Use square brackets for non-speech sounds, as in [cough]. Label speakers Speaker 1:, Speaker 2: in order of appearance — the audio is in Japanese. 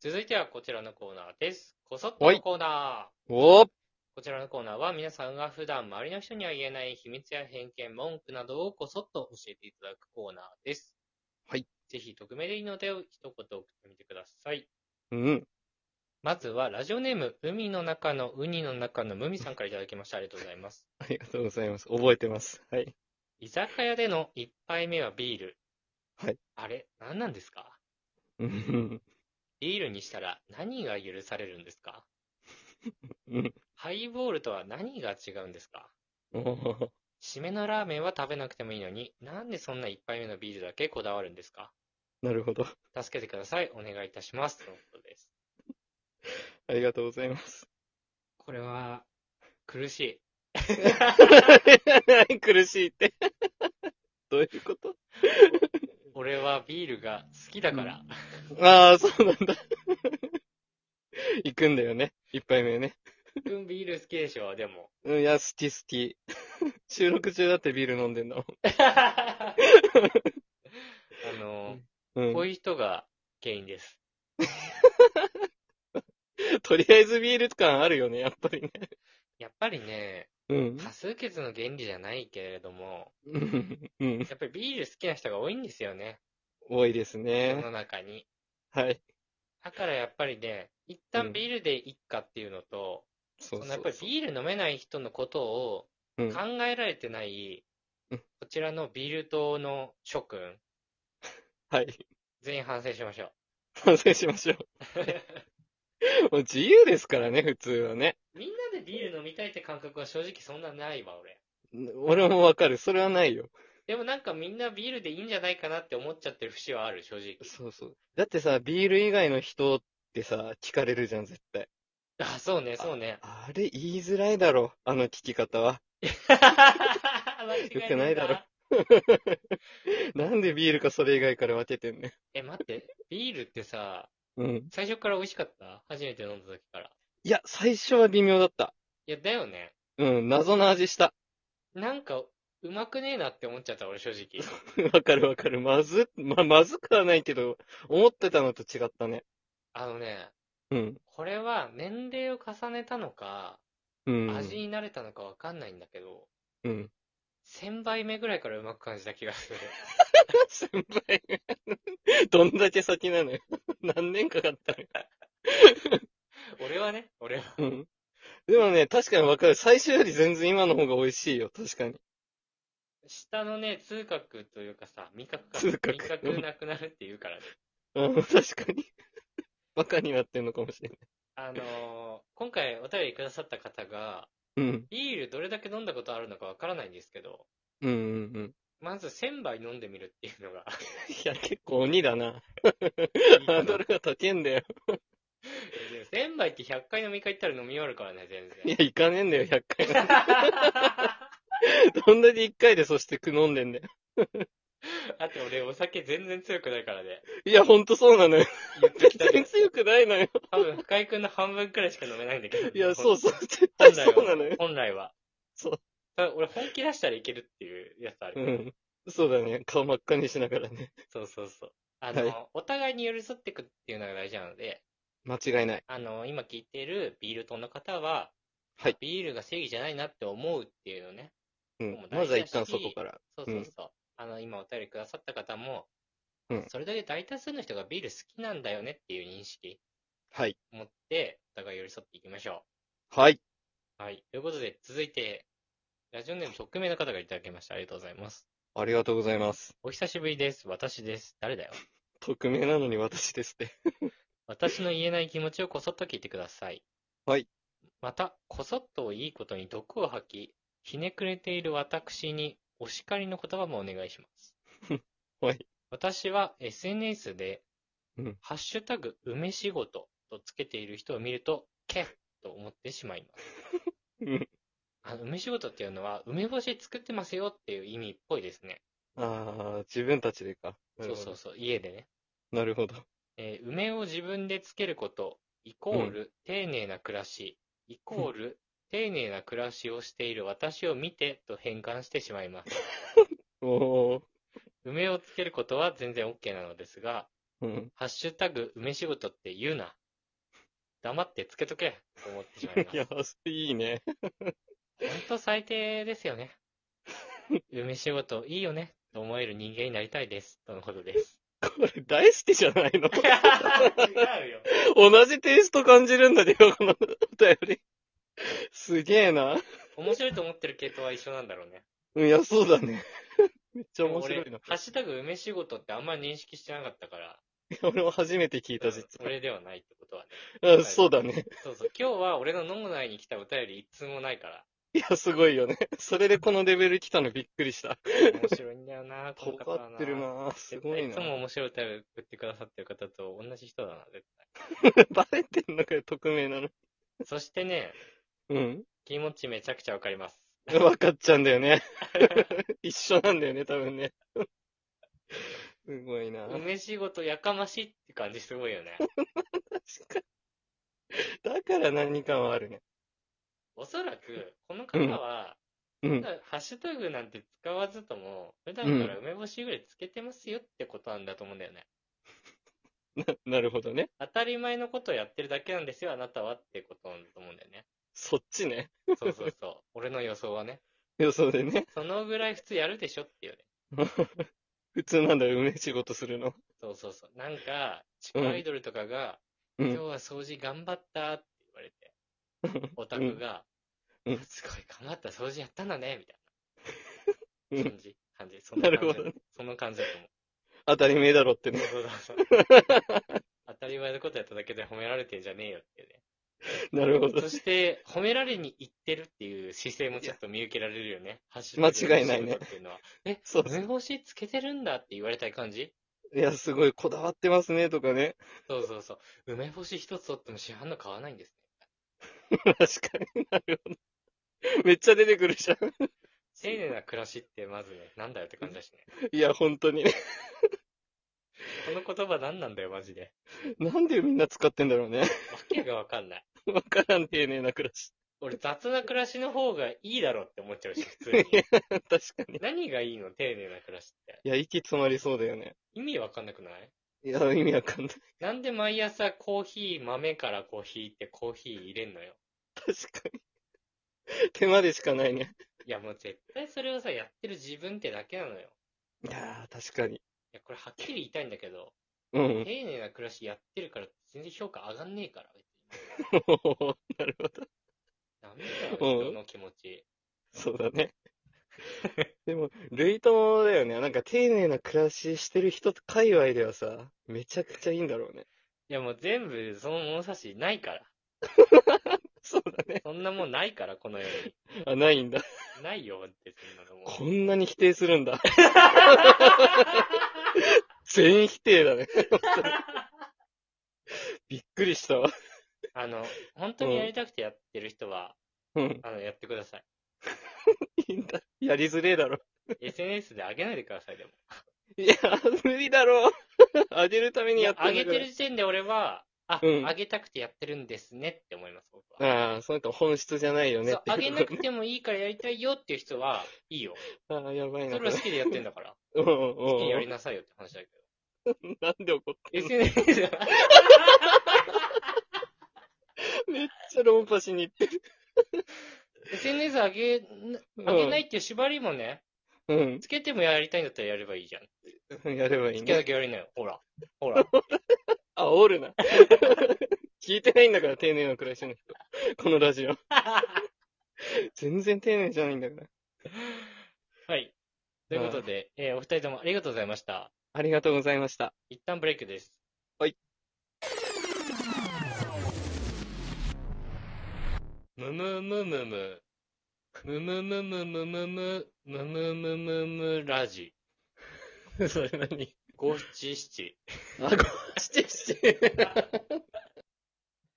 Speaker 1: 続いてはこちらのコーナーです。こそっと
Speaker 2: はい
Speaker 1: のコーナー。
Speaker 2: お
Speaker 1: こちらのコーナーは皆さんが普段周りの人には言えない秘密や偏見、文句などをこそっと教えていただくコーナーです。
Speaker 2: はい。
Speaker 1: ぜひ匿名でいいので一言送ってみてください。
Speaker 2: うん。
Speaker 1: まずはラジオネーム、海の中のウニの中のムミさんからいただきました。ありがとうございます。
Speaker 2: ありがとうございます。覚えてます。はい。
Speaker 1: 居酒屋での1杯目はビール。
Speaker 2: はい。
Speaker 1: あれ、何なんですか
Speaker 2: うん。
Speaker 1: ビールにしたら何が許されるんですか
Speaker 2: うん
Speaker 1: ハイボールとは何が違うんですか
Speaker 2: おー
Speaker 1: 締めのラーメンは食べなくてもいいのに、なんでそんな1杯目のビールだけこだわるんですか
Speaker 2: なるほど。
Speaker 1: 助けてください。お願いいたします。とのことです。
Speaker 2: ありがとうございます。
Speaker 1: これは、苦しい。
Speaker 2: 苦しいって。どういうこと
Speaker 1: 俺はビールが好きだから。
Speaker 2: ああ、そうなんだ。行くんだよね。一杯目ね。
Speaker 1: うん、ビール好きでしょ、で [laughs] も。
Speaker 2: うん、いや、好き好き。収録中だってビール飲んでんだも
Speaker 1: あの、
Speaker 2: ん。うん
Speaker 1: こういう人が原因です。
Speaker 2: とりあえずビール感あるよね、やっぱりね。
Speaker 1: やっぱりね、
Speaker 2: うん。
Speaker 1: 多数決の原理じゃないけれども、
Speaker 2: うんうん。
Speaker 1: やっぱりビール好きな人が多いんですよね、
Speaker 2: 多いです
Speaker 1: 世
Speaker 2: ね。
Speaker 1: の中に。
Speaker 2: はい。
Speaker 1: だからやっぱりね、一
Speaker 2: う
Speaker 1: 旦
Speaker 2: ん
Speaker 1: ビールでいっかっていうのと、そ
Speaker 2: そ
Speaker 1: のやっぱりビール飲めない人のことを
Speaker 2: うん
Speaker 1: 考えられてない、
Speaker 2: うん
Speaker 1: こちらのビール党の諸君、
Speaker 2: はい。
Speaker 1: 全員反省しましょ
Speaker 2: 反省しましょ
Speaker 1: う。
Speaker 2: [laughs] う。もう自由ですからね、普通はね。
Speaker 1: みんなでビール飲みたいって感覚は正直そんなないわ、俺。
Speaker 2: 俺もわかる。それはないよ。
Speaker 1: でもなんかみんなビールでいいんじゃないかなって思っちゃってる節はある、正
Speaker 2: [laughs]
Speaker 1: 直。
Speaker 2: そうそう。だってさ、ビール以外の人ってさ、聞かれるじゃん、絶対。
Speaker 1: あ、そうね、そう [laughs] ね。
Speaker 2: あれ、言いづらいだろ。あの聞き方は。 [laughs]
Speaker 1: 間違
Speaker 2: よくないだろ
Speaker 1: な
Speaker 2: なんでビールかそれ以外から分けてんね
Speaker 1: え、待って、ビールってさ、
Speaker 2: ん。うん。
Speaker 1: 最初から美味しかった初めて飲んだ時から。
Speaker 2: いや、最初は微妙だった。
Speaker 1: いや、だよね。
Speaker 2: うん、謎の味した。 [laughs]
Speaker 1: なんか、うまくねえなって思っちゃった、俺、正直。
Speaker 2: わかるわかる。まず、ま、まずくはないけど、思ってたのと違ったね。
Speaker 1: あのね、
Speaker 2: うん。
Speaker 1: これは年齢を重ねたのか、
Speaker 2: うん。
Speaker 1: 味に慣れたのかわかんないんだけど、
Speaker 2: うん。
Speaker 1: 1000杯目ぐらいからうまく感じた気が
Speaker 2: [laughs]
Speaker 1: する。
Speaker 2: 先輩どんだけ先なのよ。 [laughs] 何年かかったのよ。
Speaker 1: 俺はね、俺は。
Speaker 2: うん。でもね、確かにわかる。最初より全然今の方が美味しいよ。確かに。
Speaker 1: 下のね、痛覚というかさ、味覚か。
Speaker 2: 痛覚
Speaker 1: 味覚なくなるっていうからね。
Speaker 2: うん、 [laughs] 確かに。バカになってんのかもしれない。
Speaker 1: あのー今回お便りくださった方が、
Speaker 2: うん。
Speaker 1: ビールどれだけ飲んだことあるのかわからないんですけど、
Speaker 2: うんうんうん。
Speaker 1: まず1000杯飲んでみるっていう
Speaker 2: [laughs]
Speaker 1: のが
Speaker 2: いや、結構鬼だな。
Speaker 1: いい
Speaker 2: ハ
Speaker 1: か
Speaker 2: ード
Speaker 1: な。
Speaker 2: ルが高えんだよ。
Speaker 1: 1000杯って100回飲み会行ったら飲み終わるからね、全
Speaker 2: いや [laughs]
Speaker 1: 然。、
Speaker 2: 行かねえんだよ、100回なんて。どんだけ1回でそしてく飲んでんだよ。
Speaker 1: あと俺お酒全然強くないからね。
Speaker 2: いや、ほんとそうなのよ。
Speaker 1: 言ってきた
Speaker 2: 全
Speaker 1: け
Speaker 2: 然
Speaker 1: ど。
Speaker 2: 強くないのよ。
Speaker 1: 多分深井くんの半分くらいしか飲めないんだけど、
Speaker 2: いや、そう
Speaker 1: う。
Speaker 2: そう。絶
Speaker 1: 本
Speaker 2: 対
Speaker 1: 来は。
Speaker 2: そうなのよ。
Speaker 1: 本来は。
Speaker 2: そう。
Speaker 1: ただ俺本気出したらいけるっていうやつある
Speaker 2: う
Speaker 1: から。
Speaker 2: ん。そうだね。顔真っ赤にしながらね。
Speaker 1: そうそうそう。あの、
Speaker 2: は
Speaker 1: お互いに寄り添っていくっていうのが大事なので、
Speaker 2: 間違いない。
Speaker 1: あの、今聞いてるビール党の方は、
Speaker 2: はい
Speaker 1: ビールが正義じゃないなって思うっていうのね。
Speaker 2: うん。まずは一旦そこから。
Speaker 1: そうそうそう。あの、今お便りくださった方も、
Speaker 2: うん
Speaker 1: それだけ大多数の人がビール好きなんだよねっていう認識
Speaker 2: はい。
Speaker 1: を持って、お互い寄り添っていきましょ
Speaker 2: はい。
Speaker 1: う。はい。ということで、続いて、ラジオネーム匿名の方がいただきました。ありがとうございます。
Speaker 2: ありがとうございます。
Speaker 1: お久しぶりです。私です。誰だよ。
Speaker 2: 匿名なのに私ですって。
Speaker 1: 私の言えない気持ちをこそっと聞いてください。
Speaker 2: はい。
Speaker 1: また、こそっといいことに毒を吐き、ひねくれている私にお叱りの言葉もお願いします。
Speaker 2: [laughs] はい。
Speaker 1: 私は SNS で、
Speaker 2: うん
Speaker 1: ハッシュタグ梅仕事とつけている人を見ると、けっと思ってしまいます。
Speaker 2: うん
Speaker 1: あの梅仕事っていうのは、梅干し作ってますよっていう意味っぽいですね。
Speaker 2: ああ、自分たちでか。
Speaker 1: そうそうそう、家でね。
Speaker 2: う。なるほど。
Speaker 1: えー梅を自分でつけること、イコール丁寧な暮らし、イコール丁寧な暮らしをしている私を見てと変換してしまいます。
Speaker 2: おー。
Speaker 1: 梅をつけることは全然 OK なのですが、
Speaker 2: うん。
Speaker 1: ハッシュタグ、梅仕事って言うな。黙ってつけとけ、と思ってしまいま
Speaker 2: い
Speaker 1: す。
Speaker 2: や、いいね。
Speaker 1: 本当最低ですよね。梅仕事いいよね、と思える人間になりたいです、とのこと
Speaker 2: [laughs]
Speaker 1: です。
Speaker 2: これ大好きじゃないの [laughs]
Speaker 1: 違うよ。
Speaker 2: 同じテイスト感じるんだけど、このお便り。すげえな。
Speaker 1: 面白いと思ってる系統は一緒なんだろうね。
Speaker 2: うん、いや、そうだね。 [laughs] めっちゃ面白いな
Speaker 1: 俺。ハッシュタグ梅仕事ってあんまり認識してなかったから、
Speaker 2: 俺も初めて聞いた、実
Speaker 1: 俺ではないってことはね。
Speaker 2: は。あそうだね。
Speaker 1: そうそう、今日は俺の脳内に来たお便り一通もないから。
Speaker 2: いや、すごいよね。それでこのレベル来たのびっくりした。
Speaker 1: 面白いんだよな、
Speaker 2: [laughs]
Speaker 1: こ
Speaker 2: 尖
Speaker 1: の方は
Speaker 2: ってるなすごい
Speaker 1: 絶
Speaker 2: な
Speaker 1: 対いつも面白いお便り送ってくださってる方と同じ人だな、絶対。
Speaker 2: バレてんのかよ、匿名なの。
Speaker 1: そして
Speaker 2: [laughs]
Speaker 1: ね、
Speaker 2: うん。
Speaker 1: 気持ちめちゃくちゃわかります。
Speaker 2: 分かっちゃうんだよね。一緒なんだよね、多分ね。すごいな
Speaker 1: 梅仕事やかましいって感じすごい
Speaker 2: [laughs]
Speaker 1: よね。
Speaker 2: 確かに。だから何かはあるね。
Speaker 1: おそらく、この方は、
Speaker 2: うん。
Speaker 1: ハッシュタグなんて使わずとも、普段から梅干しぐらいつけてますよってことなんだと思うんだよね。
Speaker 2: ななるほどね。
Speaker 1: 当たり前のことをやってるだけなんですよ、あなたはってことなんだと思うんだよね。
Speaker 2: そっちね。
Speaker 1: そうそう
Speaker 2: [laughs]
Speaker 1: そう。俺の予想はね。
Speaker 2: 予想でね。
Speaker 1: そのぐらい普通やるでしょっていうね。
Speaker 2: 普通なんだ、梅仕事するの。
Speaker 1: そうそうそう。なんか、地下アイドルとかが、
Speaker 2: う
Speaker 1: 今日
Speaker 2: ん。
Speaker 1: は掃除頑張ったって言われて、オタクが、
Speaker 2: うんうん
Speaker 1: すごい頑張った、掃除やったんだね、
Speaker 2: う
Speaker 1: みたいな。
Speaker 2: ん
Speaker 1: 感じ。感じ。そんな感じ。
Speaker 2: なるほどね
Speaker 1: その感じだと思う。
Speaker 2: 当たり前だろってね。
Speaker 1: そうそうそう [laughs] 当たり前のことやっただけで褒められてんじゃねえよっていう
Speaker 2: なるほ
Speaker 1: ね。
Speaker 2: ど
Speaker 1: そ。して、褒められに行ってるっていう姿勢もちょっと見受けられるよね。ハッシュタグ
Speaker 2: 間違いないね
Speaker 1: 梅干しっていうのは。え、
Speaker 2: そう。
Speaker 1: 梅干しつけてるんだって言われたい感じ
Speaker 2: いや、すごいこだわってますね、とかね。
Speaker 1: そうそうそう。梅干し一つ取っても市販の買わないんですね。
Speaker 2: 確かになるほど。めっちゃ出てくるじゃん。
Speaker 1: 丁寧な暮らしってまずね、なんだよって感じだしね。
Speaker 2: いや、本当に。
Speaker 1: この言葉何なんだよ、マジで。
Speaker 2: なんでみんな使ってんだろうね。
Speaker 1: わけがわかんない。
Speaker 2: わからん、丁寧な暮らし。
Speaker 1: 俺、雑な暮らしの方がいいだろって思っちゃうし、普通
Speaker 2: い
Speaker 1: に。
Speaker 2: [laughs] や、確かに。
Speaker 1: 何がいいの、丁寧な暮らしって。
Speaker 2: いや、息詰まりそうだよね。
Speaker 1: 意味わかんなくない
Speaker 2: いや、意味わかんない。 [laughs]
Speaker 1: なんで毎朝コーヒー、豆からコーヒーってコーヒー入れんのよ。
Speaker 2: 確かに。手間でしかないね。
Speaker 1: いや、もう絶対それをさ、やってる自分ってだけなのよ。い
Speaker 2: いやー、確かに。
Speaker 1: や、これはっきり言いたいんだけど、
Speaker 2: うん。
Speaker 1: 丁寧な暮らしやってるから全然評価上がんねえから、別に。
Speaker 2: [laughs] なるほど。
Speaker 1: ダメだよ、人の気持ち。
Speaker 2: そうだ [laughs] ね。でも、類友だよね。なんか、丁寧な暮らししてる人界隈ではさ、めちゃくちゃいいんだろうね。
Speaker 1: いや、もう全部その物差しないから。
Speaker 2: そうだね。
Speaker 1: そんなもんないから、この世に。
Speaker 2: あ、ないんだ。
Speaker 1: ないよって、そんなのもう。
Speaker 2: こんなに否定するん [laughs] だ。全員否定だね。びっくりしたわ。
Speaker 1: あの、本当にやりたくてやってる人は、
Speaker 2: うん。
Speaker 1: あの、やってください。
Speaker 2: いいんだ。やりづれえだろ。
Speaker 1: SNS で上げないでください、でも。
Speaker 2: いや、無理だろ。 [laughs] あげるためにやって
Speaker 1: 上
Speaker 2: んだ
Speaker 1: げ
Speaker 2: から
Speaker 1: てる時点で俺は、あ、
Speaker 2: うん
Speaker 1: 上げたくてやってるんですねって思います、僕は。
Speaker 2: ああ、その人本質じゃないよね
Speaker 1: そう
Speaker 2: って
Speaker 1: 上
Speaker 2: い
Speaker 1: げ
Speaker 2: う
Speaker 1: なくてもいいからやりたいよっていう人は、いいよ。
Speaker 2: [laughs] ああ、やばいな。
Speaker 1: それは好きでやってんだから、
Speaker 2: うんうん
Speaker 1: 好きにや
Speaker 2: う
Speaker 1: りなさいよって話だけど。
Speaker 2: ん。なんで怒ってんの
Speaker 1: SNS で。
Speaker 2: めっちゃ論破しに行ってる。
Speaker 1: SNS 上げな、上げないっていう縛りもね、
Speaker 2: うん。
Speaker 1: つけてもやりたいんだったらやればいいじゃん。
Speaker 2: うん。やればいい
Speaker 1: つけ
Speaker 2: ね。
Speaker 1: なきゃやりなよ。ほら。ほら。
Speaker 2: あ、おるな。 [laughs] 聞いてないんだから、丁寧な暮らしの人。このラジオ。全然丁寧じゃないんだから。
Speaker 1: はい。ということで、えーお二人ともありがとうございました。
Speaker 2: ありがとうございました。
Speaker 1: [laughs] 一旦ブレイクです。
Speaker 2: はい。
Speaker 1: むむむむむ。むむむむむむむ。むむむむむラジ。
Speaker 2: それ何
Speaker 1: 五七七。
Speaker 2: あ、ご七七。